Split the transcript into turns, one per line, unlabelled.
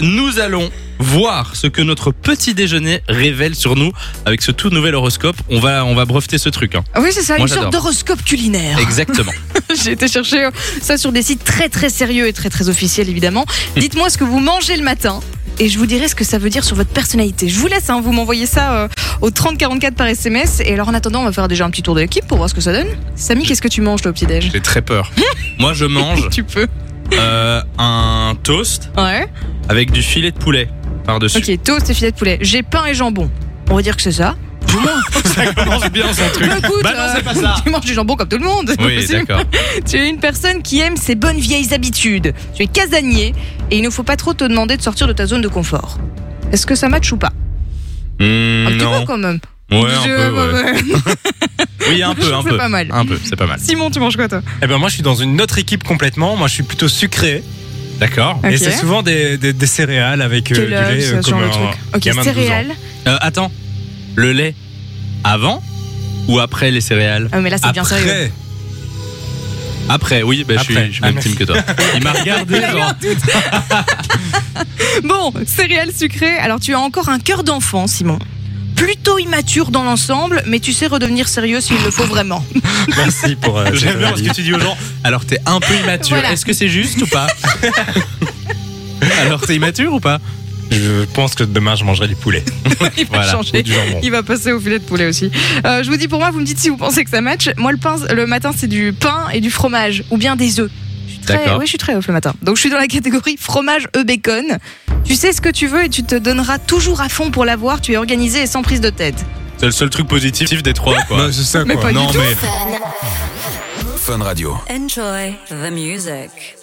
nous allons voir ce que notre petit déjeuner révèle sur nous avec ce tout nouvel horoscope. On va, on va breveter ce truc. hein.
Ah Oui, c'est ça,
Moi,
une sorte
j'adore.
d'horoscope culinaire.
Exactement.
J'ai été chercher euh, ça sur des sites très très sérieux et très très officiels évidemment. Dites-moi ce que vous mangez le matin et je vous dirai ce que ça veut dire sur votre personnalité. Je vous laisse, hein, vous m'envoyez ça euh, au 3044 par SMS. Et alors en attendant, on va faire déjà un petit tour de l'équipe pour voir ce que ça donne. Samy, qu'est-ce que tu manges toi au petit-déj
J'ai très peur. Moi, je mange
Tu peux.
euh, un toast
Ouais.
avec du filet de poulet par-dessus.
Ok, toast et filet de poulet. J'ai pain et jambon. On va dire que c'est ça.
Ça commence bien son truc.
Bah, écoute,
bah non,
euh,
c'est pas ça.
Tu manges du jambon comme tout le monde. c'est
Oui,
possible.
d'accord.
Tu es une personne qui aime ses bonnes vieilles habitudes. Tu es casanier et il ne faut pas trop te demander de sortir de ta zone de confort. Est-ce que ça match ou pas
Hmm,
Un petit
non.
peu quand même.
Ouais, un
Je-
peu. ouais.
ouais, ouais.
Oui, un peu, un
C'est
peu.
pas mal.
Un peu, c'est pas mal.
Simon, tu manges quoi toi
Eh ben moi je suis dans une autre équipe complètement. Moi je suis plutôt sucré
D'accord.
Ok.
et c'est souvent des, des- des céréales avec euh,
Quel
du
âge,
lait
ça,
euh,
ce genre
comme
de
un
truc Ok,
gamin de 12 ans.
céréales.
Euh, attends, le lait avant ou après les céréales
Ah, mais là, c'est bien sérieux.
Après,
Après, oui, bah, je suis-
Après.
je suis même
Ah,
team que toi. Il m'a regardé, genre.
Bon, céréales sucrées. Alors, tu as encore un cœur d'enfant, Simon. Plutôt immature dans l'ensemble, mais tu sais redevenir sérieux s'il le faut vraiment.
merci pour. euh,
J'aime
cette
bien ce que
analyse.
tu dis aux gens. Alors, t'es un peu immature.
Voilà.
Est-ce que c'est juste ou pas Alors, t'es immature ou pas
Je pense que demain je mangerai du poulet.
Il va
Voilà.
ou
changer.
du jambon.
Il va passer au filet de poulet aussi. Euh, je vous dis pour moi, vous me dites si vous pensez que ça match. Moi, le, pain, le matin, c'est du pain et du fromage, ou bien des œufs. Je suis très-
D'accord.
Ouais, je suis très off le matin. Donc, je suis dans la catégorie fromage œufs bacon. Tu sais ce que tu veux et tu te donneras toujours à fond pour l'avoir. Tu es organisé et sans prise de tête.
C'est le seul truc positif des trois, quoi.
Non, c'est ça
Mais
quoi.
pas du
non
tout.
mais
Fun Radio.
Enjoy the music.